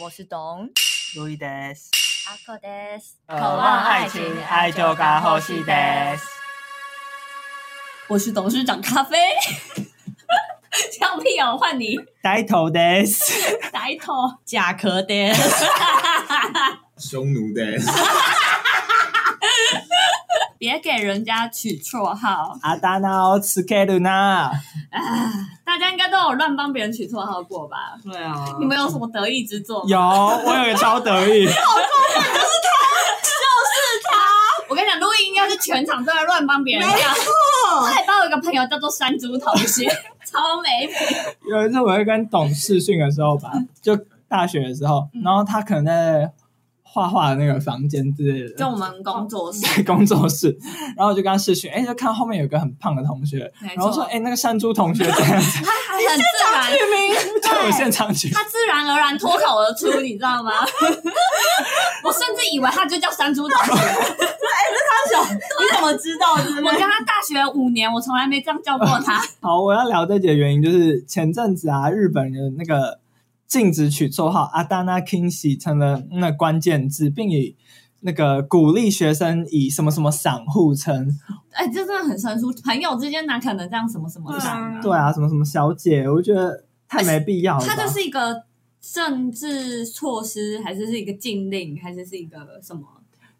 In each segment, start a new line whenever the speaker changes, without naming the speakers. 我是董
路易德斯，
阿克德斯，
渴望爱情，爱就该呼吸德。
我是董事长咖啡。 笑屁哦，换你
呆头德斯，
抬头假壳的，
匈奴的，
别给人家取绰号
阿达纳奥斯凯鲁纳。
啊！大家应该都有乱帮别人取绰号过吧？
对啊，
你们有什么得意之作吗？
有我有个超得意，
我跟你讲，录音应该是全场都在乱帮别人叫。我还帮我一个朋友叫做山猪同学，超没 品。
有一次我会跟董视讯的时候吧，就大学的时候，然后他可能在画画的那个房间之类的，
就我们工作室，
在工作室，然后我就跟他视讯，哎、就看后面有个很胖的同学，
然
然后说，哎、那个山猪同学 怎样？
他还很自然，
就我现场去，
他自然而然脱口而出，你知道吗？ 我甚至以为他就叫山猪
哎
同学。
你怎么知道的
我跟他大学五年，我从来没这样叫过他。
好，我要聊这集的原因就是前阵子啊，日本人那个禁止取绰号阿达纳 Kinshi 成了那关键字，并以那个鼓励学生以什么什么赏互称，
哎，这真的很生疏，朋友之间哪可能这样什么什么的？
对啊，什么什么小姐，我觉得太没必要了吧。
他这是一个政治措施，还是是一个禁令，还是是一个什么？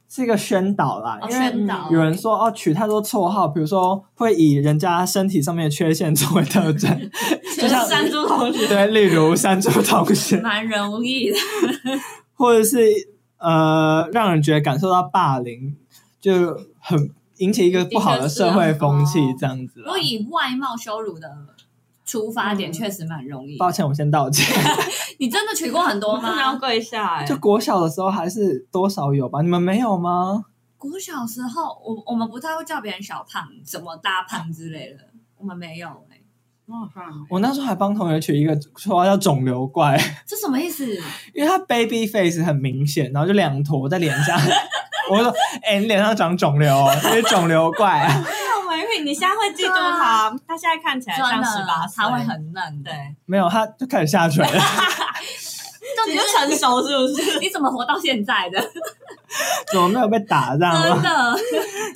是一个宣导啦，
哦
因为
宣导
有人说哦，取太多绰号，比如说会以人家身体上面的缺陷作为 特征，就像
山猪同学，
对，例如山猪同学，
蛮容易的。
或者是呃，让人觉得感受到霸凌，就很引起一个不好的社会风气这样子
嗯如
啦
果。以外貌羞辱的出发
嗯
点，确实蛮容易。
抱歉，我先道歉。
你真的取过很多
我真的 要
吗？
跪下哎
就！国小的时候还是多少有吧？你们没有吗？
我小时候，我我们不太会叫别人小胖、什么大胖之类的，我们没有哎、
我好像
我那时候还帮同学取一个绰号叫“肿瘤怪
这什么意思？”，
因为他 baby face 很明显，然后就两坨在脸 上。我就说：“哎、你脸上长肿瘤、哦，你是肿瘤怪、啊。
没有没品，你现在会嫉妒他，他现在看起来
真
像
的
十八，岁，
他会很嫩。欸
对，，
没有，他就开始下垂了。
重
你
点
就是成熟是不 是？
你怎么活到现在的？
怎么没有被打这样啊吗
真的，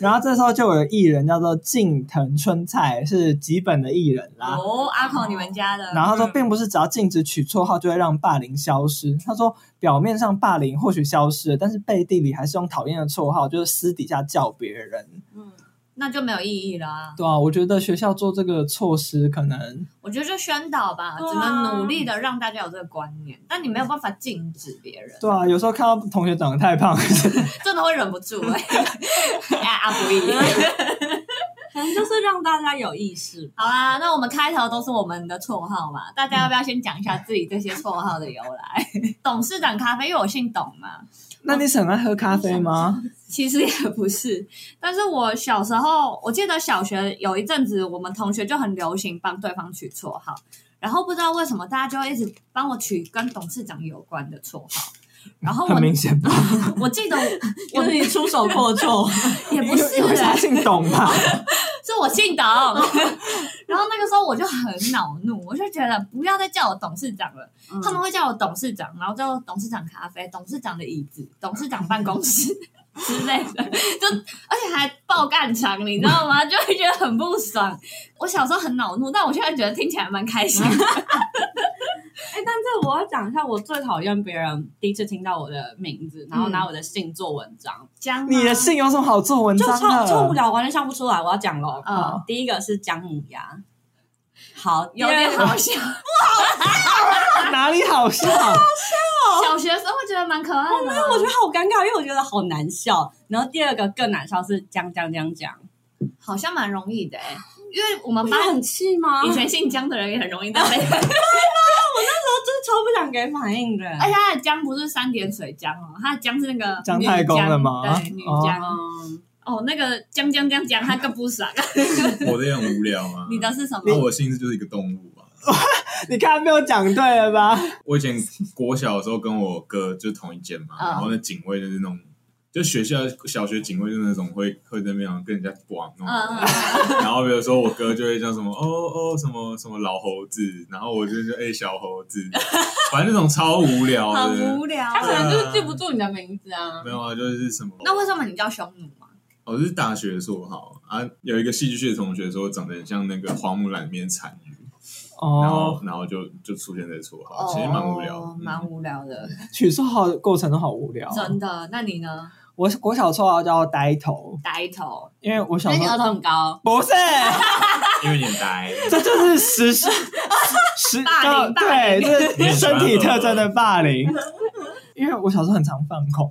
然后这时候就有艺人叫做近藤春菜，是吉本的艺人啦。
哦，阿孔你们家的，
然后他说，
嗯
并不是只要禁止取绰号就会让霸凌消失。他说，表面上霸凌或许消失了，但是背地里还是用讨厌的绰号，就是私底下叫别人。
嗯，
那就没有意义了啊。
对啊，我觉得学校做这个措施可能
我觉得就宣导吧，
对啊
只能努力的让大家有这个观念，但你没有办法禁止别人，
对啊，有时候看到同学长得太胖，
真的会忍不住哎、 哎阿不易。
可能就是让大家有意识。
好啦，那我们开头都是我们的绰号嘛，大家要不要先讲一下自己这些绰号的由 来？董事长咖啡，因为我姓董嘛，
那你是很爱喝咖啡吗？
其实也不是，但是我小时候，我记得小学有一阵子，我们同学就很流行帮对方取绰号，然后不知道为什么大家就一直帮我取跟董事长有关的绰号，然
哦
后
很
我
明显吧，
我记得我
我你出手阔绰，
也不是、
因为他
欸，
姓董吧？
是我姓董， 然后那个时候我就很恼怒，我就觉得不要再叫我董事长了。
嗯
他们会叫我董事长，然后叫我董事长咖啡、董事长的椅子、董事长办公室 之类的，就而且还爆干长，你知道吗？就会觉得很不爽。我小时候很恼怒，但我现在觉得听起来蛮开 心的。
哎、但这我要讲一下，我最讨厌别人第一次听到我的名字，然后拿我的姓做文章，
江吗
你的姓有什么好做文
就
章
超超无
的？
聊，完全笑不出来。我要讲喽，
嗯
第一个是姜母鸭，好，
有点好 笑，
哪里好笑？
小学时候会觉得蛮可爱的啊。
我觉得好尴尬，因为我觉得好难笑。然后第二个更难笑是姜姜姜姜，
好像蛮容易的、欸，因为我们
不是
班
很气吗？
以
我真的
前姓江的人也很容易被，
超不想给反应的。
而且他的江不是三点水江哦，他的江是那个
姜太公
女
了
江
吗
对，女
哦
江哦
嗯，
那个江江江江，他更不爽。
我的也很无聊啊。
你的是什么？
那我性质就是一个动物啊。
你看没有讲对了吧？
我以前国小的时候跟我哥就同一间嘛，
嗯
然后那警卫就是那种，就就学校小学警卫就那种会会在那边跟人家逛那种。
嗯，
然后比如说我哥就会叫什么哦哦什么什么老猴子，然后我就就哎、小 猴子，反正那种超无聊
很
的。
无聊。哦
他可能就是记不住你的名字啊
没。有啊，就是什么，
那为什么你叫匈奴啊？
我、是大学绰号啊，有一个戏剧系的同学说我长得很像那个花木兰里面单于，然
哦，
后然后就就出现这个绰号，其实蛮无聊的，嗯
哦蛮无聊的，
取绰号的过程都好无聊。
真的。那你呢？
我国小绰号叫呆头，
呆头，
因为我小
所以
时
你
候
额头很高，
不 是，
因为你很呆，
这就是实实实
霸凌霸
呃对，
凌
这是身体特征的 霸凌。因为我小时候很常放空，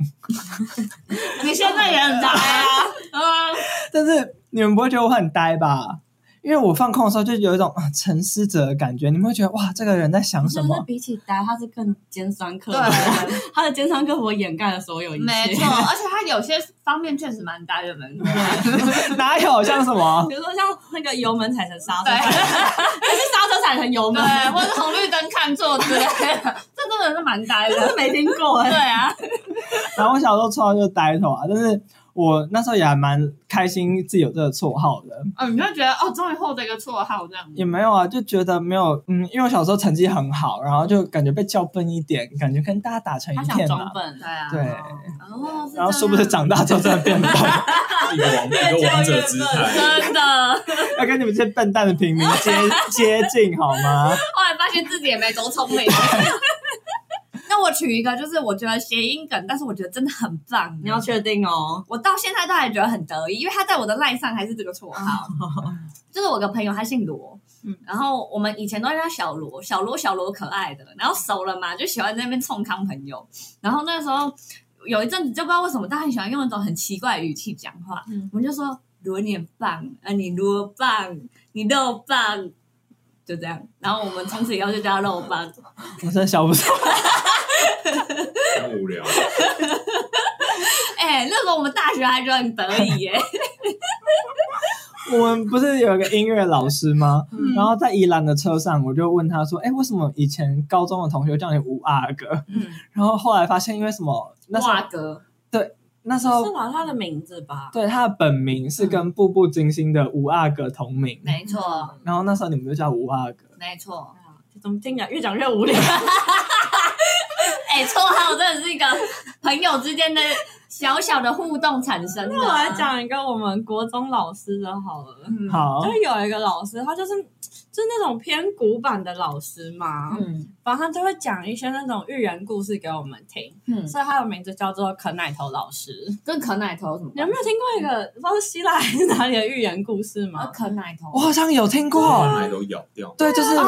你现在也很呆 啊？啊，
但是你们不会觉得我很呆吧？因为我放空的时候就有一种啊沉思者的感觉，你们会觉得哇，这个人在想什
就是
么？
比起呆，他是更尖酸刻薄的，
对，
他的尖酸刻薄掩盖了所有一切。
没错。而且他有些方面确实蛮呆的，门。
啊哪有像什么？
比如说像那个油门踩成刹车，
对
还是刹车踩成油门，
对，或者是红绿灯看错之类的，这真的是蛮呆
真
的。
是没听过哎、
对啊，
然后我小时候绰号就是呆头啊，但是我那时候也还蛮开心自己有这个绰号的，
嗯，你就觉得哦，终于获得一个绰号这样。
也没有啊，就觉得没有，嗯，因为我小时候成绩很好，然后就感觉被叫笨一点，感觉跟大家打成一
他想
片
装
嘛。
笨
对，啊，
对，
哦，
然后殊不知长大之后真的 变笨，
一个王一个王者姿态，
真的，
要跟你们这些笨蛋的平民接接近好吗？
后来发现自己也没多聪明。 那我取一个，就是我觉得谐音梗，但是我觉得真的很棒。
你要确定哦。
我到现在都还觉得很得意，因为他在我的赖上还是这个绰号。
哦
就是我有个朋友，他姓罗，
嗯
然后我们以前都叫他小罗，小罗小罗可爱的，然后熟了嘛，就喜欢在那边冲康朋友。然后那时候有一阵子就不知道为什么，大家很喜欢用那种很奇怪的语气讲话，
嗯
我们就说罗你很棒，啊你罗棒，你肉棒。就这样，然后我们从此以后就叫他肉 棒，
我真的笑不出来。
很无聊。
哎、那时候我们大学还觉得很得意耶、
我们不是有一个音乐老师吗？
嗯
然后在宜兰的车上，我就问他说：“哎，为什么以前高中的同学叫你五阿哥
嗯，？”
然后后来发现，因为什么？那时候
哇哥，
那
哦
时
是
候
吧？他的名字吧？
对他的本名是跟步步惊心的五阿哥同名，
嗯
没错，
然后那时候你们就叫五阿哥。
没错，
啊怎么听起来越讲越无聊？
哎、绰号真的是一个朋友之间的小小的互动产生的。
那我来，讲一个我们国中老师的好了，
嗯，
好
就，有一个老师，他就是就是那种偏古板的老师嘛，
嗯
反正他就会讲一些那种寓言故事给我们听，
嗯，
所以他的名字叫做啃奶头老师。
跟啃奶头有什么
你有没有听过一个不知道是希腊还是哪里的寓言故事
关系？啊，
吗？
啃奶头，
我好像有听
把
过，
奶头咬掉，
对，就是
哦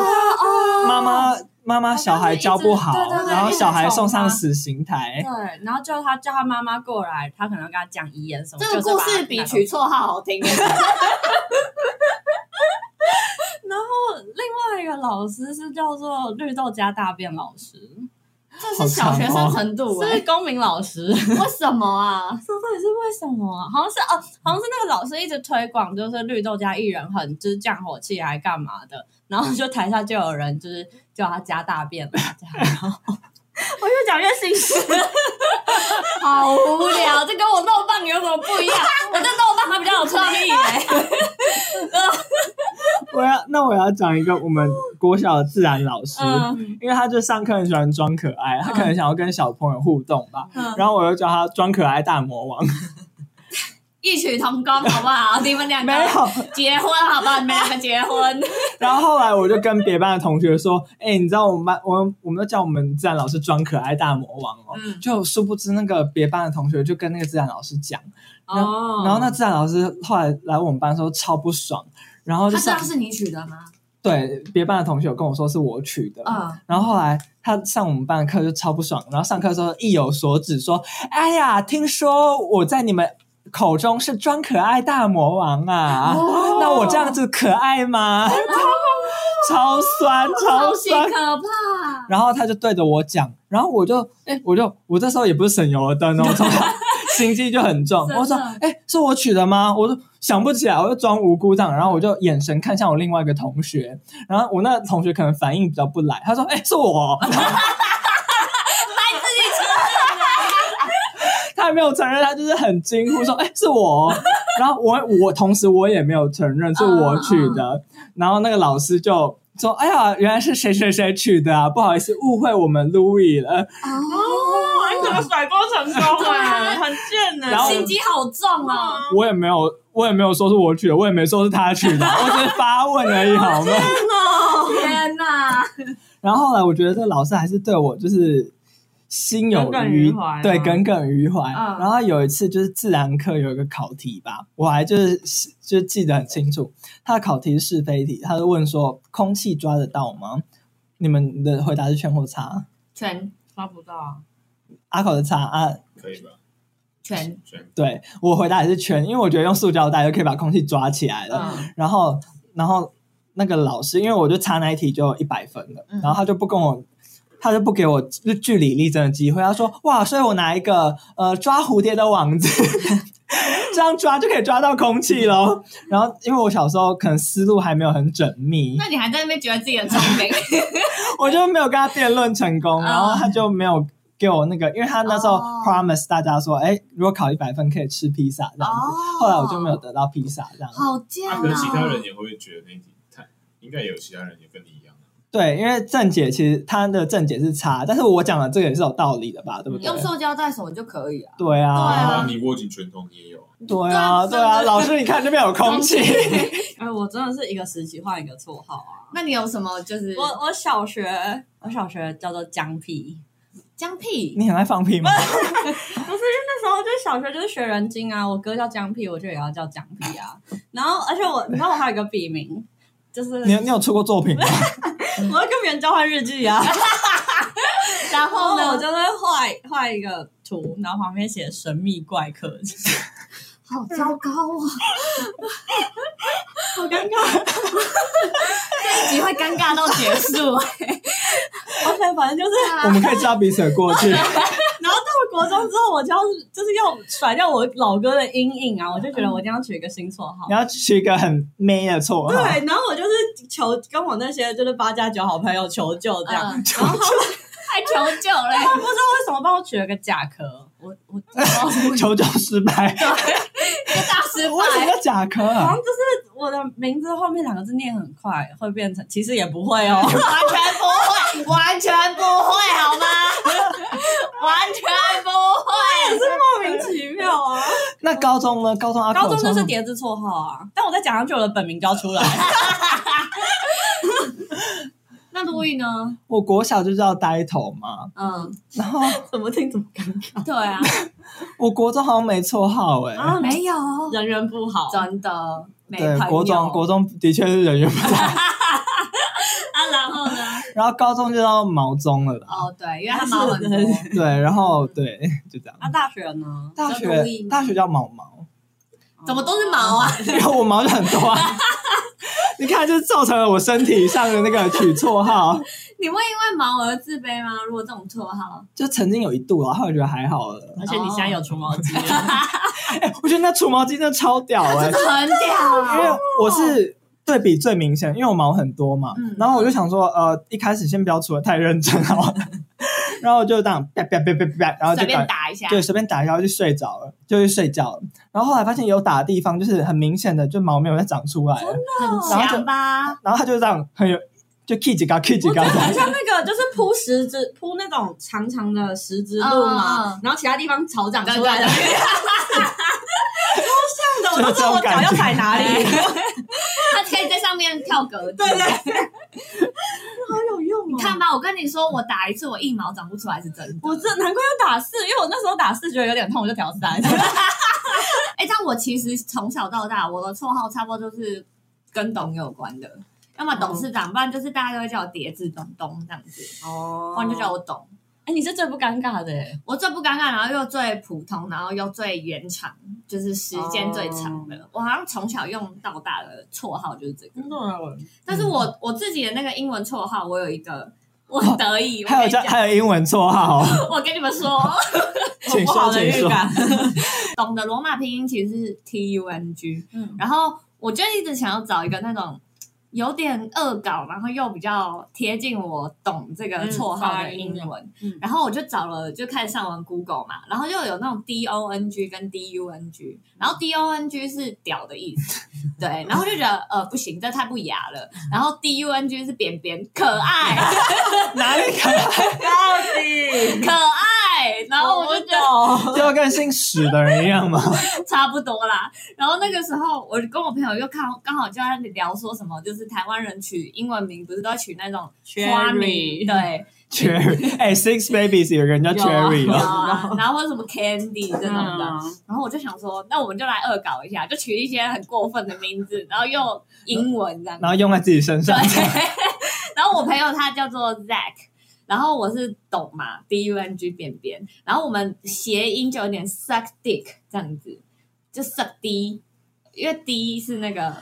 妈妈妈妈小孩教不好
对对，对
然后小孩送
一
上
直宠
死刑台。
对，然后就他叫他妈妈过来，他可能要跟他讲遗言什么。
这个
就是
故
把他
事比取绰号好听。
另外一个老师是叫做绿豆加大便老师，
这是小学生程度哎、
是公民老师。
哦为什么啊？
欸 这到底是为什么啊、好像是哦，好像是那个老师一直推广，就是绿豆加薏仁很就是降火气还干嘛的，然后就台下就有人就是叫他加大便了，这样。然后 我越讲越心 虚，
好无聊，这跟我肉棒有什么不一样？我这肉棒还比较有创 意哎、
我要那我要讲一个我们国小的自然老师，
嗯
因为他就上课很喜欢装可爱，他可
嗯
能想要跟小朋友互动吧。
嗯，
然后我又叫他装可爱大魔 王，
异曲同工好不好？你们两
没
个
有。
哎
结婚好不好？你们两个结婚，
然后后来我就跟别班的同学说：“哎、你知道我们班我们我们都叫我们自然老师装可爱大魔王哦。
嗯，
就殊不知那个别班的同学就跟那个自然老师讲，
嗯
哦
然后那自然老师后来来我们班的时候超不爽，然后就
他
上
这是你取的吗？
对别班的同学有跟我说是我取的，
嗯。
然后后来他上我们班的课就超不爽，然后上课的时候意有所指说：“哎呀，听说我在你们口中是装可爱大魔王啊，
哦
那我这样子可爱吗？” 超酸，超
超级
酸
可。怕。
然后他就对着我讲，然后我就，哎、我就，我这时候也不是省油的灯哦， 我从心机就很重。
真的
我说，哎、是我取的吗？我就想不起来，我就装无辜这样，然后我就眼神看向我另外一个同学，然后我那同学可能反应比较不来，他说，哎、是我。他还没没有承认，他就是很惊呼说：“哎、是我哦。”然后我我同时我也没有承认是
啊
我取的，然后那个老师就。说，哎呀，原来是谁谁谁取的啊！不 好意思，误会我们 Louis
嗯
了。
哦，你怎么甩锅成 功
欸
啊？很贱呢、
然后
心机好重哦。
我也没有，我也没有说是我取的，我也没说是他取 的，我只是发问而已，好吗？
天哪！
然后后来我觉得这个老师还是对我就是心有
耿耿
余
于怀吗
对，耿耿于怀。
嗯
然后有一次就是自然课有一个考题吧，我还就是就记得很清楚，他的考题是是非题，他就问说空气抓得到吗？你们的回答是圈或叉？
全
抓不到，
阿口的叉啊，
可以吧？
全
选
对我回答也是圈，因为我觉得用塑胶袋就可以把空气抓起来了。
嗯
然后，然后那个老师，因为我就差那一题就一百分了，
嗯
然后他就不跟我，他就不给我就据理力争的机会。他说：“哇，所以我拿一个呃抓蝴蝶的网子， 这样抓就可以抓到空气喽。”然后，因为我小时候可能思路还没有很缜密，
那你还在那边觉得自己很聪明？
我就没有跟他辩论成功，
嗯
然后他就没有。给我那个，因为他那时候
哦
promise 大家说，哎、如果考一百分可以吃披萨这样子。
哦
后来我就没有得到披萨这样 子。
好贱
啊，
哦。
可是其他人也会觉得那一题太，应该也有其他人也跟你一样啊。
对，因为正解其实他的正解是差，但是我讲的这个也是有道理的吧，对不对？
用塑胶袋什么就可以啊。
对
然
啊
后，你握紧拳头，你也有啊。
对啊，对
对
啊，
啊
老师，你看这边有空气，
哎，我真的是一个时期换一个绰号啊！
那你有什么就是
我我小学我小学叫做江屁，
江屁？
你很爱放屁吗？
不是因为那时候就小学就是学人精啊，我哥叫江屁，我就也要叫江屁啊。然后而且我你知道我还有一个笔名，就是
你你有出过作品吗？
我会跟别人交换日记啊，
然
然后
后
呢我
呢？
就会画画一个图，然后旁边写神秘怪客，
好糟糕 哦！
好尴尬。
这一集会尴尬到结 束。
OK，反正哦就是，
啊
我们可以知道彼此的过去。
然后到了国中之后，我就要就是要甩掉我老哥的阴影啊，我就觉得我一定要取一个新绰号
你。要取一个很 man 的绰号，
对，然后我就是求跟我那些就是八加九好朋友求救这样，
嗯
然后他们
太求救
哎他
了， 哦
们不知道为什么帮我取了个甲壳，我我
求救失败。
大失
为什么
败。
叫甲壳啊？
好像就是我的名字后面两个字念很快，会变成其实也不会哦。
完全不会，完全不会，好吗？ 完全不会。
莫名其妙啊！
那高中呢？高中阿
高中
就
就是叠字绰号啊，但我在讲上去，我的本名就要出来。
那路易呢？
我国小就叫呆头 嘛，
嗯，
然后
怎么听怎么
对啊，
我国中好像没绰号哎、
啊，
没有，
人缘不好。
真的没
对
朋，友。
国中国中的确是人缘不 好，
啊，然后呢？
然后高中就到毛宗了啦。
哦，对，因为他毛很多。
对，然后对，就这样。
啊，大学呢？
大
比较容
学
易
大学叫毛毛，
怎么都是毛
哦
啊？
然后我毛就很多啊。你看，就是造成了我身体上的那个取绰号，
你会因为毛而自卑吗？如果这种绰号，
就曾经有一度啊，后来觉得还好了。
而且你现在有除毛 机了，
哎，我觉得那除毛巾真的超 屌哎、
很
因为
屌。
我是对比最明显，因为我毛很多嘛，
哦嗯
然后我就想说，呃，一开始先不要除的太认真好 了，然后我就这样啪啪啪啪啪，然后就
随
感
便打一下，
对，随便打一下就睡着了，就去睡觉了。然后后来发现有打的地方，就是很明显的，就毛没有再长出来了。
很强吧？
然后他就这样很有，就 k 几个 k 几
我
个
觉得
这样
很像那个，就是铺十字铺那种长长的十字路
嗯嗯
嘛
嗯，
然后其他地方草长出来的，超 像的，我
就
都
这
知道
种
我脚
感
要
觉
踩哪里，
他可以在上面跳格子。
对对， 好有用哦。
看吧，我跟你说，我打一次我一毛长不出来是真的。
我这难怪要打四，因为我那时候打四觉得有点痛，我就调三。
哎、但我其实从小到大，我的绰号差不多就是跟董有关的，要么董事长，不然就是大家都会叫我叠字董东这样子，
哦
不然就叫我董。
哎，你是最不尴尬的耶，
我最不尴尬，然后又最普通，然后又最延长，就是时间最长的。
哦
我好像从小用到大的绰号就是这个。
嗯
真的吗？
但是我我自己的那个英文绰号，我有一个，我很得意，我
哦 还
跟
有
你
叫
讲，
还有英文绰号，
我跟你们说，
请
不好
说
的
请
预
说。
感。
懂的罗马拼音其实是 T U N G，
嗯
然后我就一直想要找一个那种有点恶搞，然后又比较贴近我懂这个绰号的英文。
嗯嗯发音
然后我就找了，就开始上完 Google 嘛，然后就有那种 D O N G 跟 D U N G，然后 D O N G 是屌的意思，对，然后我就觉得呃不行，这太不雅了。然后 D U N G 是扁扁可爱
哪里可能？
到 底
可爱，然后我就觉得
懂，
就要跟姓史的人一样 嘛。
差不多啦。然后那个时候，我跟我朋友又看，刚好就在聊说什么，就是台湾人取英文名不是都要取那种花名， 对，
Cherry，哎，Six Babies 有个人叫
有啊
Cherry
有
哦，
啊，然后或者什么 Candy 这种的。
嗯
然后我就想说，那我们就来恶搞一下，就取一些很过分的名字，然后用英文这样。
然后用在自己身
对
上。，
然后我朋友他叫做 Zack。然后我是懂嘛，D U N G 边边，然后我们谐音就有点 suck dick 这样子，就 suck D，因为 D 是那个，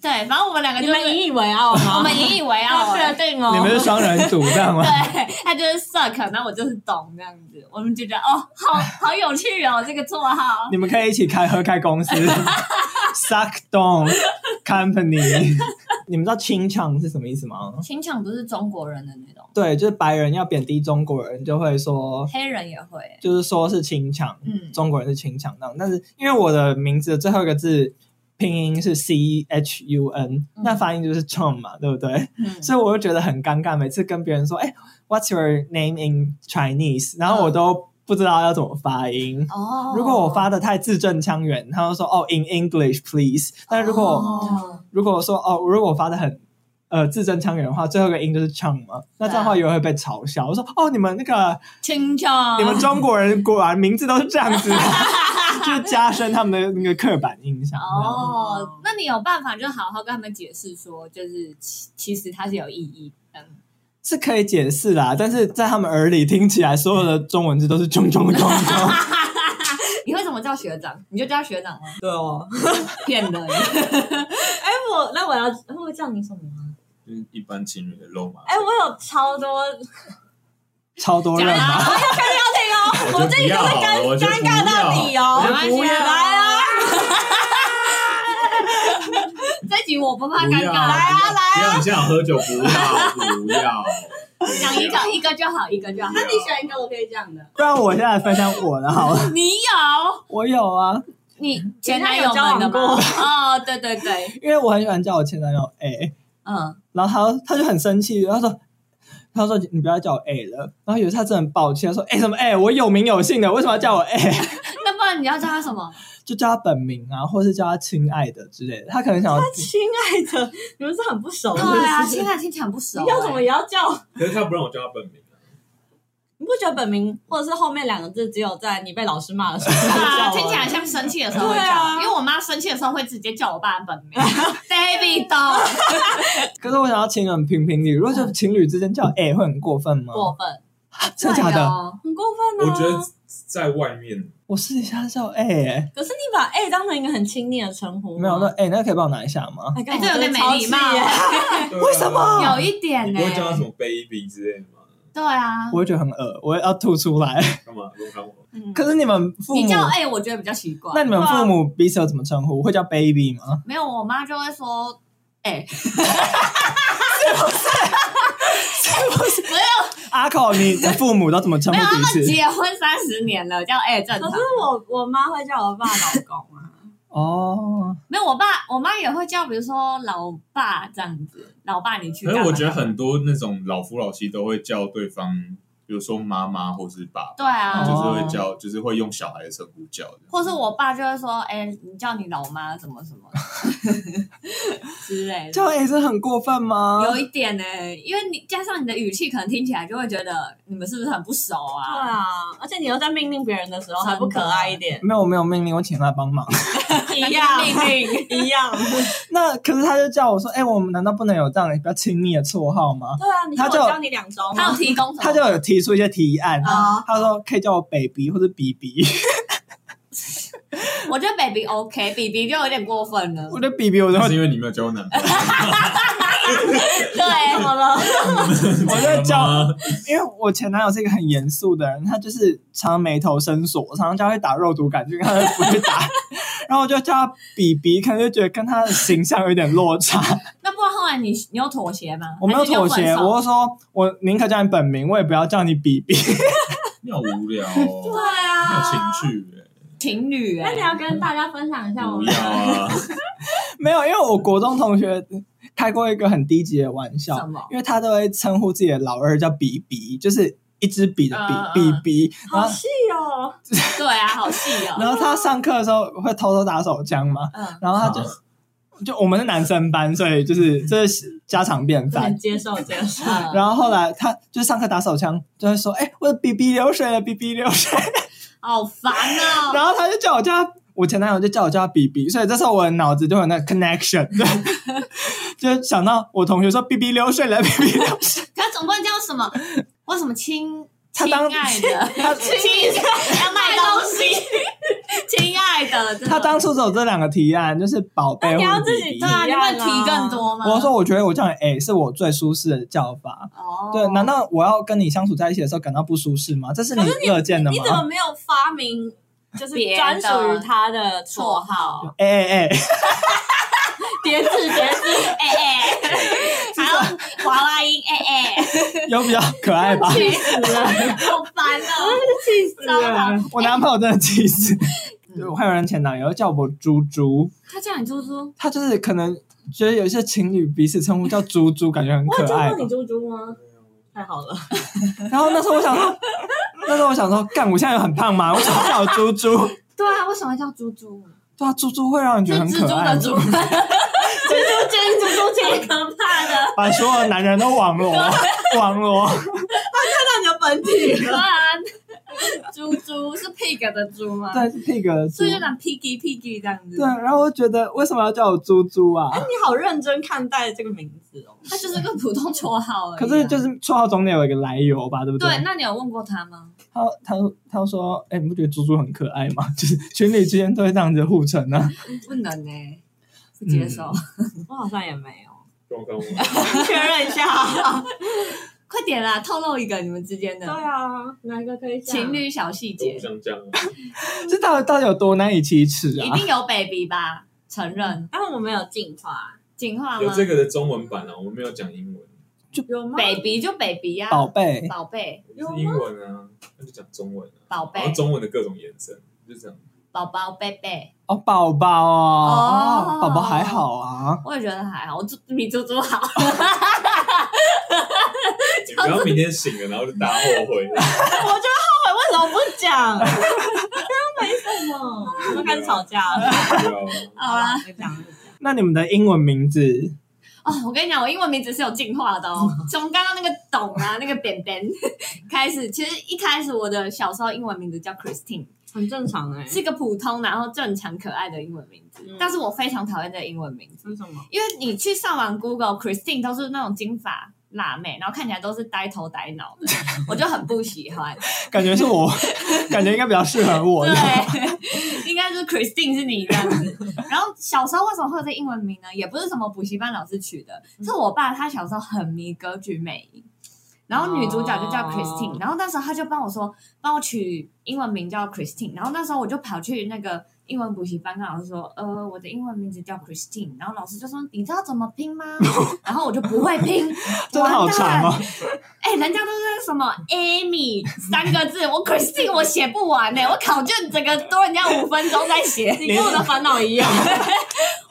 对，反正我们两个
你
就
们
是
引以为啊傲吗？
我们引以为啊傲
要
了，
确定哦，
你们是双人组，这样吗？
对，他就是 suck，那我就是懂这样子，我们就觉得哦，好好有趣哦，这个绰号，
你们可以一起开合开 公司，Suck Dong Company。你 们知道清唱是什么意思吗？
清抢不是中国人的那种，
对，就是白人要贬低中国人，就会说，
黑人也会，
就是说是清唱，
嗯，
中国人是清唱那样。但是因为我的名字的最后一个字拼音是 C H U N，
嗯
那发音就是 Chun 嘛，对不对？
嗯
所以我就觉得很尴尬，每次跟别人说，哎，What's your name in Chinese？然后我都不知道要怎么发音。
哦，
如果我发的太字正腔圆，他就说哦，in English please。但是如果、
哦
如果说哦，如果我发的很呃字正腔圆的话，最后一个音就是 chang 嘛，那这样的话也会被嘲笑。我说哦，你们那个
清抢，
你们中国人果然名字都是这样 子的， 就是加深他们的那个刻板印象。
哦，那你有办法就好好跟他们解释说，就是其其实它是有意义的。嗯
是可以解释啦，但是在他们耳里听起来，所有的中文字都是中中中中。
你会怎么叫学长？你就叫学长吗？
对哦。
骗人！
哎，我那我要我叫你什么啊？
就是一般情侣的肉麻。
哎，我有超 多，
超多人吧，
确定要听哦，
我
我
觉
这
得
里
不
就
要
是尴
我觉得
尴尬到底哦，
不要
没关系
我觉得不要
来啊，
这集我不怕
不
尴
要
尬，来啊，来！
不要，你现在有喝酒，不要，不要。
讲一个一个就好，一个就好。
那你
选一个我可以讲的。
不然我现在分享我的好了。
你有
我有啊，
你前男友们的
前男友交
吗
往？
哦，对对对，
因为我很喜欢叫我前男友 A。
嗯，
然后他他就很生气，他说他说你不要叫我 A 了。然后有一次他真的很抱歉，他说哎、什么 A，我有名有姓的，为什么要叫我 A？
那不然你要叫他什么？
就叫他本名啊，或是叫他亲爱的之类的。他可能想要
亲爱的，你们是很不熟
对
是不是
啊，现在听起来不熟。哎
你叫什么也要叫，
可是他不让我叫他本名啊，
你不觉得本名或者是后面两个字只有在你被老师骂的时候
对
才会 叫
啊？
吗
听起来像生气的时候会
对啊
叫，因为我妈生气的时候会直接叫我爸的本名 David Dong，
可是我想要情人评评理，如果
嗯
就情侣之间叫 A 会很过分吗？
过分，
真的假
对
的？
哦？
很过分
我
啊。
觉得在外面
我私底下叫 A，、欸、
可是你把 A 当成一个很亲密的称呼吗，
没有那 A 那可以帮我拿一下吗？
哎，
哎，
干
这有点没礼貌，
我真的超气耶
为什么
有一点
你
呢
不。会哦叫他什么 baby 之类的吗？
对啊，
我会觉得很恶，我要吐出来。
干嘛不用看我？
嗯
可是你们父母
你，叫哎，我觉得比较奇怪。
那你们父母彼此有怎么称呼？会叫 baby 吗？
没有，我妈就会说，哎，
阿口，你的父母都怎么称
没
呼
有，他
彼
们
此？
结婚三十年了，叫哎正
可
常
是。我我妈会叫我爸老公 啊，
哦，
没有，我爸我妈也会叫，比如说老爸这样子，老爸你去
可
干
是
嘛。
我觉得很多那种老夫老妻都会叫对方，比如说妈妈或是爸爸，
对啊，
就是会叫，就是会用小孩的称呼叫的。
或是我爸就会说，哎，你叫你老妈什么什 么之类
这样
的。
也是很过分吗？
有一点呢、因为你加上你的语气，可能听起来就会觉得你们是不是很不熟
对
啊？
啊，而且你又在命令别人的时候还不可爱一点，
没有，我没有命令，我请他帮忙。
一
命令。
一样，
那可是他就叫我说：“哎、我们难道不能有这样比较亲密的绰号
哦
吗
对啊，你
他
看
就
我教你两周
他有
吗？
提供什？”么？
他就有提出一些提案，
啊
哦
他说可以叫我 baby 或者 bb，
我觉得 baby OK，baby 就有点过分了。
我觉得 bb 我都
那是
会，
因为你没有交过男朋友，
对，
怎么了？
我在
真的吗
因为我前男友是一个很严肃的人，他就是常常眉头深锁，常常叫他去打肉毒杆菌，他就不 去打。然后我就叫他 bb，可能就觉得跟他的形象有点落差。
那不然后来你你有妥协吗？
我没有
还是你
妥协，
分手
我是说我宁可叫你本名，我也不要叫你比比。
你好无聊哦，
对
你
啊，
好情趣哎，
情侣哎、
那你要跟大家分享一下我
不
们
要啊，
没有，因为我国中同学开过一个很低级的玩
什
笑
么，
因为他都会称呼自己的老二叫比比，就是一支笔的
嗯
笔
嗯
比比。然后
细哦，
对啊，好细哦、
然后他上课的时候会偷偷打手枪嘛，
嗯，
然后他就就我们是男生班，所以 就是这是家常便
不能
饭。
接受接受。
嗯
然后后来他就上课打手枪，就会说：“哎、我的 BB 流水了，BB 流 水。
好烦哦、”
然后他就叫我叫他，我前男友就叫我叫他 BB，所以这时候我的脑子就有那个 connection，就想到我同学说 BB 流水了，BB 流水。
可是总不能叫什么，我什么亲
他
亲
当
爱的，
他
亲要卖东西，亲爱的，这种
他当初只有这两个提案，就是宝贝
那
或
你要
者
自
弟
己
弟
对。啊，你会提更多吗？
我说，我觉得我叫你 A 是我最舒适的叫法。
哦，
对，难道我要跟你相处在一起的时候感到不舒适吗？这是你乐见的
你怎么
吗？
没有发明就是
别的
专属于他的
绰
绰号？
号？
哎哎哎，
叠字叠字，
哎哎，还有娃娃音，哎哎，
有比较可 爱吧？
气死了，
好烦哦！
气死
糟
了！
了，
我男朋友真的气死。对我还有人前男友叫我猪猪，
他叫你猪猪，
他就是可能觉得有一些情侣彼此称呼叫猪猪，感觉很
我有
可
见
爱
过
吧
你。猪猪吗？太好了，
然后那时候我想说，那时候我想说，干，我现在有很胖吗？我想叫我猪猪。
对啊，为什么会叫猪猪？
对啊，猪猪会让人觉
是
得很
蜘蛛
可
的
爱，
猪，蜘蛛精，蜘蛛精，可怕的。
把所有男人都网罗，网罗。
看到你的本体
对啊，猪猪是 pig 的猪吗？
对，是 pig 的猪
所以就讲 piggy piggy 这样子。
对，然后我觉得为什么要叫我猪猪啊？
你好认真看待这个名字哦。
他就是个普通绰号而已啊。
可是就是绰号总得有一个来由吧，对不
对，那你有问过他吗？
他他他说，哎、你不觉得猪猪很可爱吗？ 就是群里之间都会这样子互称啊。
不能呢、不接受。
嗯 我好像也没有，
刚刚我
确认一下。
快点啦，透露一个你们之间
对
的
啊，哪一个可以讲
情？侣小细节，
想讲啊，
这到底到底有多难以启齿
嗯一
啊？
定有 baby 吧？承认
但啊我们没有进化，
进化
有
吗
这个的中文版啊，我们没有讲英文，
有吗？
？baby 就 baby 啊呀、
宝贝，
宝贝，
有吗
是英文啊，那就讲中文啊，
宝贝
然后中文的各种延伸，就这样。
宝宝，贝贝。
哦，宝宝哦，
哦
哦宝宝还好啊。
我也觉得还好，我猪比猪猪好。
你不要明天醒了，然后就大后悔。
哎为什么不讲？这样 没什么，我们开始吵架
啊
了。
不要
好啦，
就讲就
那你们的英文名字，
哦，我跟你讲，我英文名字是有进化的 哦。从刚刚那个董啊，那个扁扁 开始，其实一开始我的小时候英文名字叫 Christine，
很正常哎、
是一个普通然后正常可爱的英文名字。
嗯
但是我非常讨厌这个英文名字，
为什么？
因为你去上网 Google Christine 都是那种金发辣妹，然后看起来都是呆头呆脑的，我就很不喜欢。
感觉是 我，感觉应该比较适合我的。
对， 应该是 Christine 是你这样子。然后小时候为什么会有这英文名呢？也不是什么补习班老师取的，是我爸他小时候很迷歌剧魅影。然后女主角就叫
哦
Christine，、然后那时候他就帮我说，帮我取英文名叫 Christine，然后那时候我就跑去那个英文补习班跟老师说，呃，我的英文名字叫 Christine，然后老师就说你知道怎么拼 吗？然后我就不会拼，
真的好
完蛋
长哦，
哎、人家都是什么 Amy 三个字，我 Christine 我写不完呢、我考卷整个都人家五分钟在写，
你跟我的烦恼一样，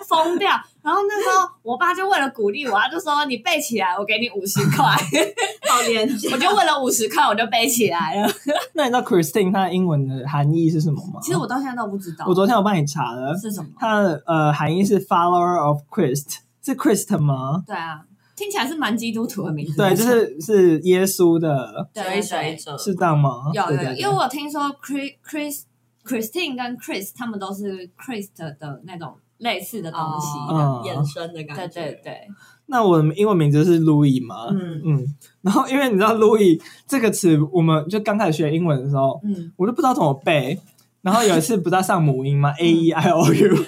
疯掉。然后那时候我爸就为了鼓励我，他就说你背起来，我给你五十块。
好廉洁
我就为了五十块，我就背起来了。
那你知道 Christine 它的英文的含义是什么吗？
其实我到现在都不知道
我昨天有帮你查了，
是什么。
它的呃含义是 follower of Christ，是 Christ 吗？
对啊，听起来是蛮基督徒的名字。
对，就是是耶稣的，
对
追
对
随
对，
者
是这样吗？
有有
对对
有，
对
因为我有听说 Chris Chris Christine 跟 Chris 他们都是 Christ 的那种类似的东西。
嗯
哦衍生的感觉，
对对对，
那我的英文名字是 Louis 嘛，
嗯，
嗯， 然后因为你知道 Louis 这个词，我们就刚开始学英文的时候，
嗯，
我都不知道怎么背。然后有一次不是在上 母音吗？A
嗯
E I O U，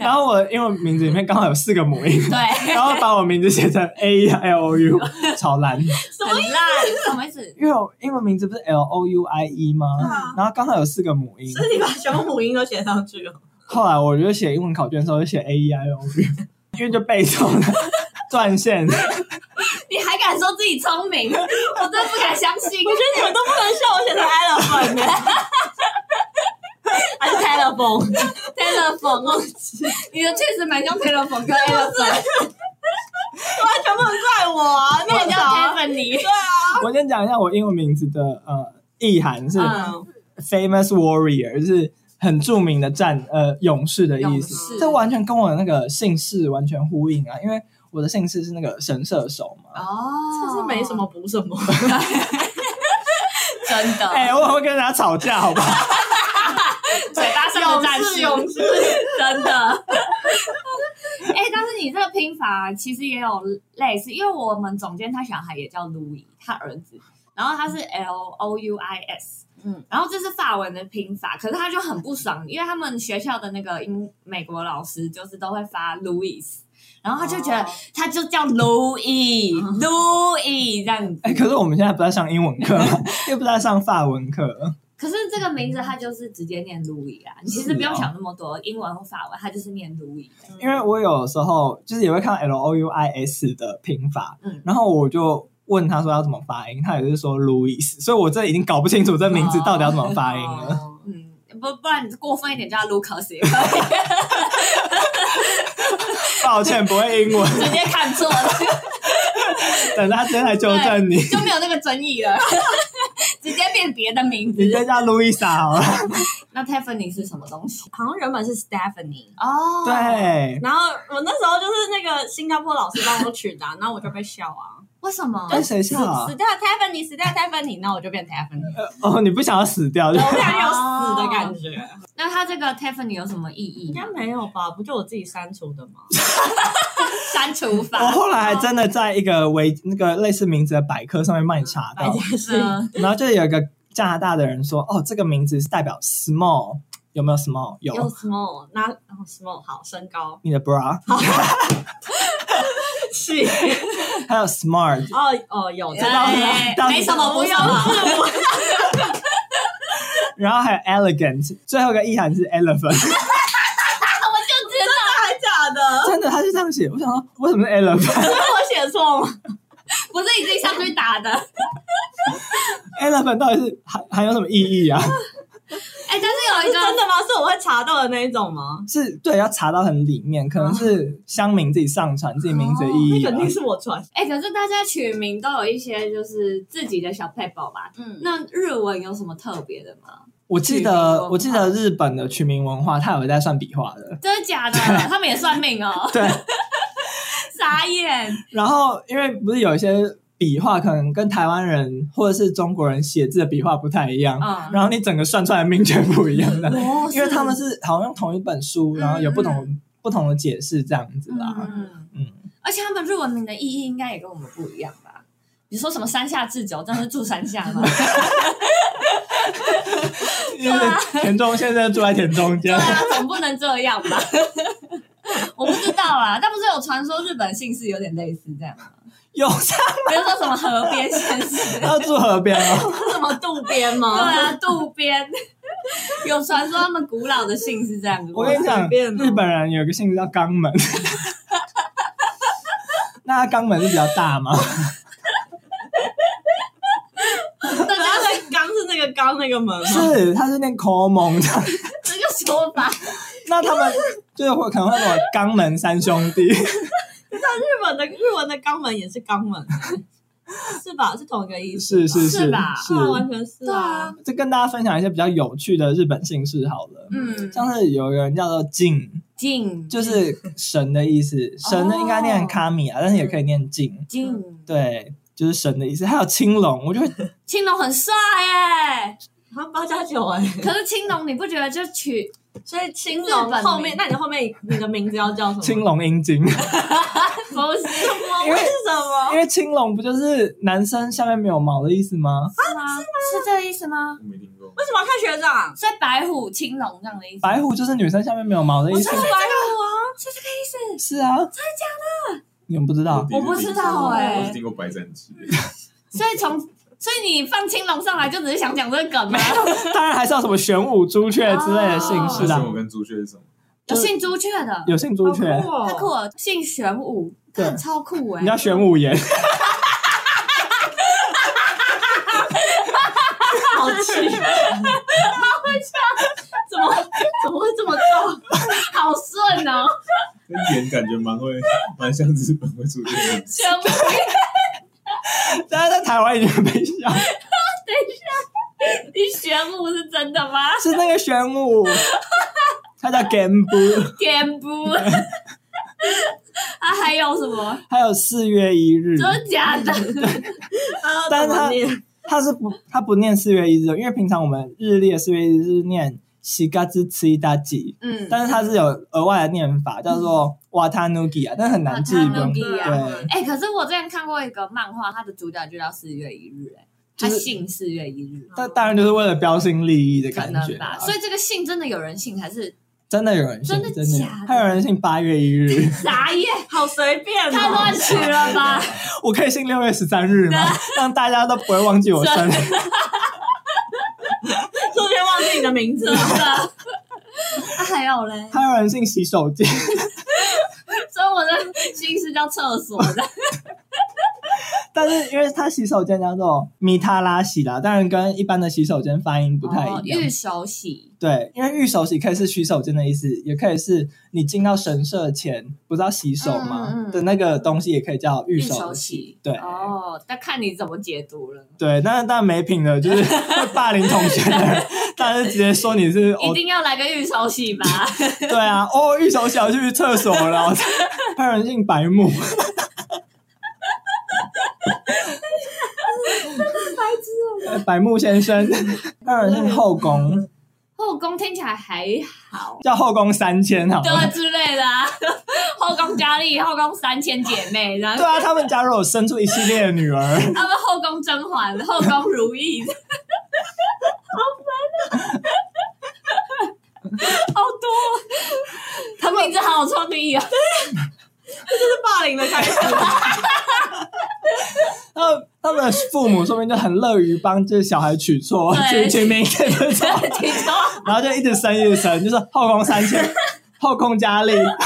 然后我的英文名字里面刚好有四个母音，
对，
然后把我名字写成 A E I O U，超烂。
很烂，什么意思？
因为我英文名字不是 L O U I E 吗？
啊
然后刚好有四个母音，
所以你把全部母音都写上去了，
后来我就写英文考卷的时候就写 A E I O U，因为就背诵了。断线，
啊
你还敢说自己聪明？ 我真的不敢相信。
我觉得你们都不能笑我写成欸 elephant 呢、 还是 telephone？
Telephone，你的确实蛮像 Telephone 跟 Elephant，
完全不能怪我啊！
那你叫
啥
Tiffany。
我先讲一下我英文名字的呃意涵是
嗯，
famous warrior，就是很著名的战呃勇士的意
勇
思。
士
这完全跟我的那个姓氏完全呼应啊，因为我的姓氏是那个神射手嘛。
哦
这是没什么补什 么，
真的。
哎、我很会跟人家吵架，好不好？
嘴巴上的战士，
勇
士，真的。 哎、但是你这个拼法其实也有类似，因为我们总监他小孩也叫 Louis，他儿子，然后他是 L O U I S。嗯
嗯，
然后这是法文的拼法，可是他就很不爽，因为他们学校的那个英美国老师就是都会发 Louis，然后他就觉得
哦
他就叫 Louis、Louis 这样子。
哎、可是我们现在不在上英文课， 又不在上法文课，
可是这个名字它就是直接念 Louis
啊
啦，你其实不用想那么多，英文或法文它就是念 Louis 的。
因为我有时候就是也会看 L O U I S 的拼法，
嗯
然后我就。问他说要怎么发音，他也是说 Louis，所以我这已经搞不清楚这名字到底要怎么发音啊了。
哦
嗯，不不然你过分一点叫他 Lucas 也可以，
抱歉，不会英文，
直接看错了
等他今天来纠正你，
就没有那个争议了，直接变别的名字
你。就叫 Louisa 好了。
那 Tiffany 是什么东西？
好像原本是 Stephanie。
哦，，
对，
然后我那时候就是那个新加坡老师帮我取的啊、然后我就被笑啊，
为什么？
跟谁笑啊
死？ 掉 Tiffany，死掉 Tiffany，那我就变 Tiffany，
哦，你不想要死掉就
我非常有死的感觉。
那他这个 Tiffany 有什么意义
应
吗
该？没有吧？不就我自己删除的吗？
删除法。
我后来还真的在一个维那个类似名字的百科上面帮你查
百
到，
家姓
嗯
然后就有一个加拿大的人说，哦，这个名字是代表 small，有没有 small？
有
有
small，那哦 small 好，身高
你的 bra，
是
还有 smart，
哦哦有
知道
哎
当
没什么，不用了。
然后还有 elegant，最后一个意涵是 elephant，
还假 的？
真的他就这样写，我想说为什么是 elephant？
是我写错吗？
不是你自己上去打的。哎
elephant 到底是含含有什么意义啊？
哎，但是有
是
一个
真的吗？是我会查到的那一种吗？
是对，要查到很里面，可能是乡民自己上传自己名字的意义啊
哦那
吧
肯。定是我传。
哎、可是大家取名都有一些就是自己的小 paper 吧？
嗯，
那日文有什么特别的吗？
我记
取名文
得
化
我记得日本的取名文化，它有在算笔画的。
真的假 的？他们也算命哦，
对，
傻眼。
然后因为不是有一些笔画可能跟台湾人或者是中国人写字的笔画不太一样，
嗯，
然后你整个算出来的命全不一样的，
哦
因为他们是好像同一本书，然后有不同、不同的解释这样子啦。
嗯
嗯
而且他们日文名的意义应该也跟我们不一样吧？你说什么山下智久，真的是住山下 吗？
因为田中先生住在田中
啊对
间，
啊，总不能这样吧？ 我不知道啦，但不是有传说日本姓氏有点类似这样吗，
有上
比如说什么河边姓氏，
要住河 边哦。
是 什么渡边
对
吗？
啊，渡边 有传说他们古老的姓是这样子。
我跟你讲，
随便哦
日本人有个姓叫肛 门，那他肛门是比较大吗？
大家在刚是啊那个刚那个门
嗯
吗？
是，他是念 Como 的。
这个说法，
那他们就是会可能会什么肛门三兄 弟，
日本的日文的肛门也是肛门 欸，是吧？是同一个意思吧，
是是是
是吧
是
对啊，完全是
对啊
啊。
就跟大家分享一些比较有趣的日本姓氏好了。
嗯，
像是有一个人叫做静，
静
就是神的意 思，神的应该念卡米啊，但是也可以念静，嗯
静，
对，就是神的意思。还有青龙，我就会
青龙很帅耶，
好像八加九哎，
可是青龙你不觉得就取
所以青
日
龙
本
后
名
面，那你后面你的名字要叫什么？
青龙阴茎，
不是
因为
为什么？
因为青龙不就是男生下面没有毛的意思 啊吗？
吗？是这个意思吗？
我没听过。
为什么要看学长？
所以白虎青龙这样的意思，哦
白虎就是女生下面没有毛的意思
是，白虎啊，
是啊，哦真的假的？你们不知道？
我不知道欸
我只听过白斩鸡。
所以从所以你放青龙上来就只是想讲这个梗 吗？
当然还是要什么玄武、朱雀之类的
哦
姓氏
所以
啦
我。跟朱雀是什么？
有姓朱雀的，
有姓朱雀，
好
太
酷哦
酷了，姓玄武，
对，
超酷哎、
你要选五 言，
好哦气，
怎么 怎么会这么重？好顺哦，
那演感觉蛮会，蛮像日本会出现的。
全部
大家在台湾已经被 笑，
你玄武是真的吗？
是那个玄武，他叫 Gambu，
天不， 啊还有什么？
还有四月一日，
真的假的？
但是他他是不他不念四月一日，因为平常我们日历的四月一日是念西嘎之吃一大吉，
嗯，
但是它是有额外的念法，叫做瓦塔努吉啊，但很难记，不用
Watanugi
啊
对，
哎、可是我之前看过一个漫画，它的主角就叫四月一日、哎，他姓四月一日，
但当然就是为了标新立异的
可
感觉
能
啊
吧。，所以这个姓真的有人姓，还是
真的有人信，
真的
真的有
假的
还有人信八月一 日，
啥耶？
哎好随便
太
哦，
乱取了吧？
我可以信六月十三日吗？让大家都不会忘记我生日。
突然忘记你的名 字
真
了。
的。啊还有嘞，
还有人信洗手间，
所以我的姓是叫厕所的，
但是因为它洗手间叫做米塔拉洗啦，当然跟一般的洗手间发音 不太
哦
一样。
玉手洗，
对，因为浴手洗可以是洗手间的意思，也可以是你进到神社前不是要洗手吗？
嗯嗯嗯
的那个东西也可以叫浴
玉
手
手
洗。
洗，
对
哦，那看你怎么解读了。
对，但是但没品的，就是会霸凌同学的 人，但是直接说你是
一
哦，
定要来个玉手洗 吧？
对啊，哦，浴手洗我去厕所 了，还有人姓白木，白白木先生，还有人姓后宫，
后宫听起来还好，
叫后宫三千好吗
对？之类的啊。 后宫佳丽，后宫三千姐妹，然
对
后
啊，他们家如果生出一系列的女儿，
他们后宫甄嬛，后宫如懿，好烦啊！好多哦，他名字好有创意啊！
霸凌的开 始，
他们他们的父母说不定就很乐于帮这小孩取错，取
对
取名给这种，
听说
然后就一直生一直生，就是后宫三 千，后宫佳丽，好烦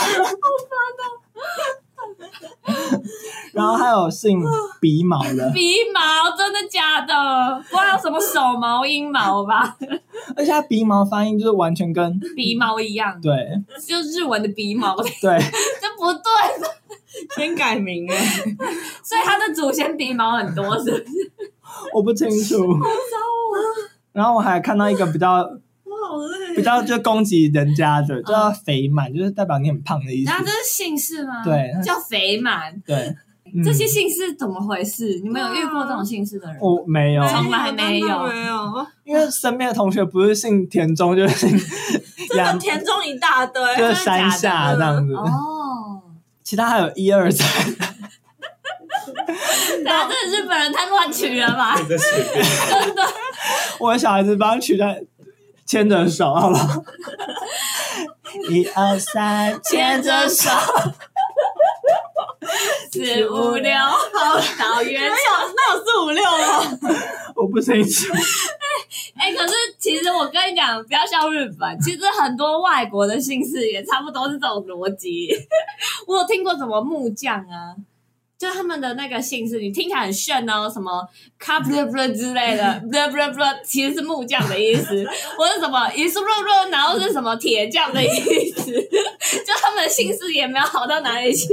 然后还有姓鼻毛的，
鼻毛真的假的？不会有什么手毛、阴毛吧？
而且他鼻毛发音就是完全跟
鼻毛一样，
对
就日文的鼻毛，
对
这不对吧？
先改名哎，
所以他的祖先鼻毛很多，是不是？
我不清楚。然后我还看到一个比较
我好累
比较就攻击人家的，叫肥满，就是代表你很胖的意思
然。后这是姓氏吗？
对
叫肥满。
对，嗯
这些姓氏怎么回事？你们有遇过这种姓氏的人？
我没有，
从来没有
真的没有，
因为身边的同学不是姓田中 就是姓
真的田中一大堆，
就是山下这样子，
哦，
其他还有一二三，
那这日本人太乱取了吧？
在随便，
我的小孩子帮他取代牵着手好了，一二三， 牵着 手，
四五六，好 桃园
啊
城。
那有四五六了，
我不清楚，
哎、可是其实我跟你讲，不要笑日本，其实很多外国的姓氏也差不多是这种逻辑。 我有听过什么木匠啊，就他们的那个姓氏，你听起来很炫哦，什么 c a p l e 之类的 b l a b l a b l a 其实是木匠的意思，或是什么 is r o 然后是什么铁匠的意思， 就他们的姓氏也没有好到哪里去。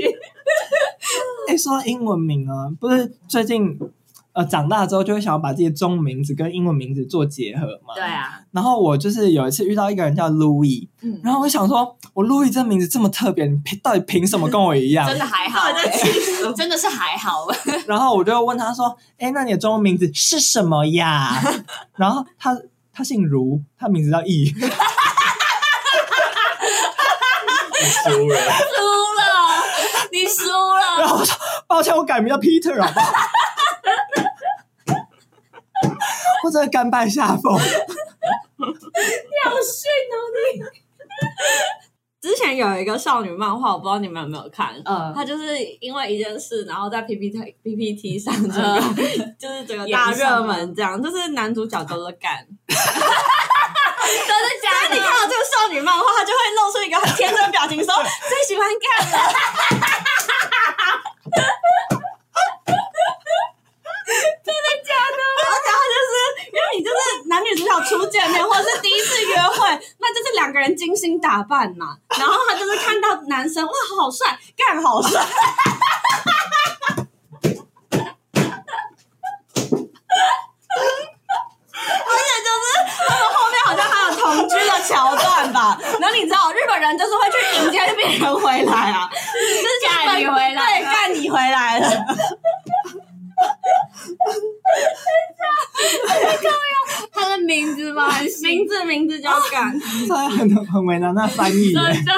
哎，说到英文名啊，不是最近。呃，长大之后就会想要把自己的中文名字跟英文名字做结合嘛。
对。啊，
然后我就是有一次遇到一个人叫 Louis，
嗯，
然后我想说，我 Louis 这名字这么特别，你凭到底凭什么跟我一样？
真的还好、欸
到底在气死我？
真的是还好。欸
然后我就问他说：“哎，那你的中文名字是什么呀？” 然后他他姓卢，他名字叫 易，
输
输
了，
了，你输
然
了。
后我说：“抱歉，我改名叫 Peter 好不 好？”我真的甘拜下风。
哦
之前有一个少女漫画，我不知道你们有没有看。
嗯
她就是因为一件事，然后在 PPT PPT 上整个、 就是整个大
演上
热门，这样就是男主角叫做干。
真的假
你
的？
看到这个少女 漫画，她就会露出一个很天真的表情，说最喜欢干了。
是第一次约会，那就是两个人精心打扮嘛，然后他就是看到男生哇好帅，干好帅，而且就是他们后面好像还有同居的桥段吧，然后你知道日本人就是会去迎接别人回来啊，
是嫁你回来
对，
了，
干你回来了。
他的名字 吗？
名字名字叫干，
这很很为难那翻译耶。
真的，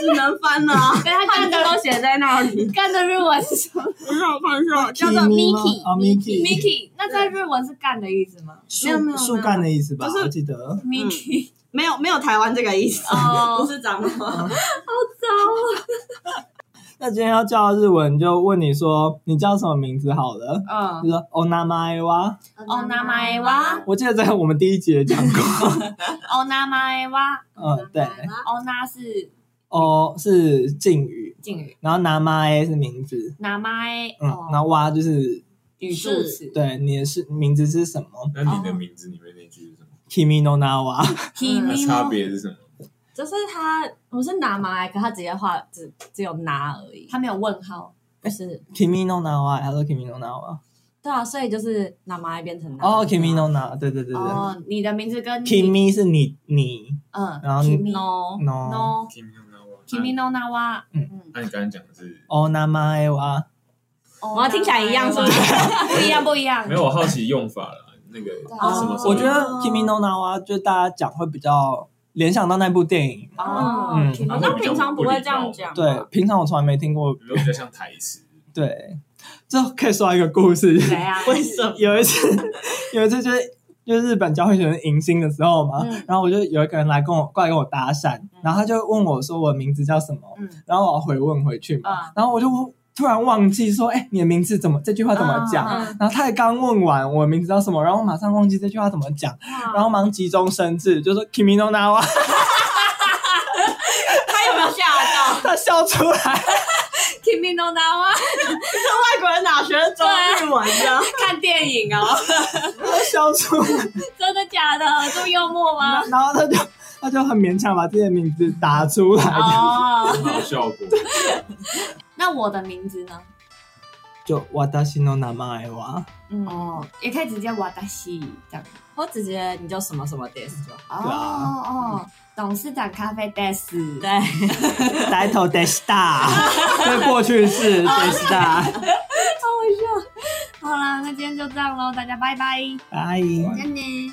只能翻 了、啊。
对他干
汉字
的
都写在那里，
干的日文是什么
很好看是吧？
叫做
Kimi 吗
Miki
哦 Miki
Miki，那在日文是干的意思吗
没有没有没
树
有
树干的意思吧？
就是
我记得。
嗯
？Miki
没有没有台湾这个意思，不
哦，
是脏话。
那今天要叫日文，就问你说你叫什么名字好了。
嗯，
哦
就说 o n a m a i wa，
哦那买哇，
我记得在我们第一集也讲过。
哦那买哇，
嗯，对。
哦那是
哦是敬语，
敬语，
然后 n a m a i 是名字，
那买
嗯，然
哦
后哇就是
语助词
对你的是名字是什么
那你的名字里面那句是什么？
哦
？Kimi no na wa，
那
Kimi
差
no，
别是什么？
就是他，我是拿马来，可他直接画只只有拿而已。
他没有问号，
就是
Kimi no na wa，他说 Kimi no na wa，
对啊，所以就是拿马来变成拿
哦 Kimi no na，对对对对
哦，你的名字跟你
，Kimi 是你你
嗯
然后
Kimi
no
no
no
Kimi no
Kimi no na wa，
那你刚刚讲的是
o n a m 哦 a i wa，
我要听起来一样是不是？
不一样不一样
没，有？我好奇用法了，那个什
啊
么什么？
我觉得 Kimi no na wa 就大家讲会比较联想到那部电影。
哦
嗯
，Kimi-
他
那
会比较
平常不会这样讲吧，
对，平常我从来没听过。
有没有比较像台 词？
对，这可以说到一个故事。
谁啊？
为什么？
有一次， 有一次就是就是日本教会学生迎新的时候嘛，
嗯
然后我就有一个人来跟我过来跟我搭讪，然后他就问我说我名字叫什么，
嗯
然后我要回问回去嘛，
嗯
然后我就突然忘记说，哎、你的名字怎么这句话怎么
啊
讲？
嗯
然后他也刚问完我名字叫什么，然后我马上忘记这句话怎么讲，
嗯
嗯
然后忙急中生智，就说 “kimi no na wa”，
他有没有吓到？
他笑出来。
Kimi no na wa，
外国人哪学的中日文啊 的？
看电影哦，
他笑出来，
真的假的？这么幽默
嗯
吗？
然后他就他就很勉强把自己的名字打出来，
嗯
哦，
很好效果。
那我的名字呢？
就我的心都拿马来哇，
嗯，哦，也可以直接瓦达西这样。
我直接你就什么什么 this 就好。
哦
啊
哦，董事长咖啡 des，
对，
呆头 d e s t a 所以过去式 d e s t a
好啦，那今天就这样喽，大家拜拜，
拜。
再见。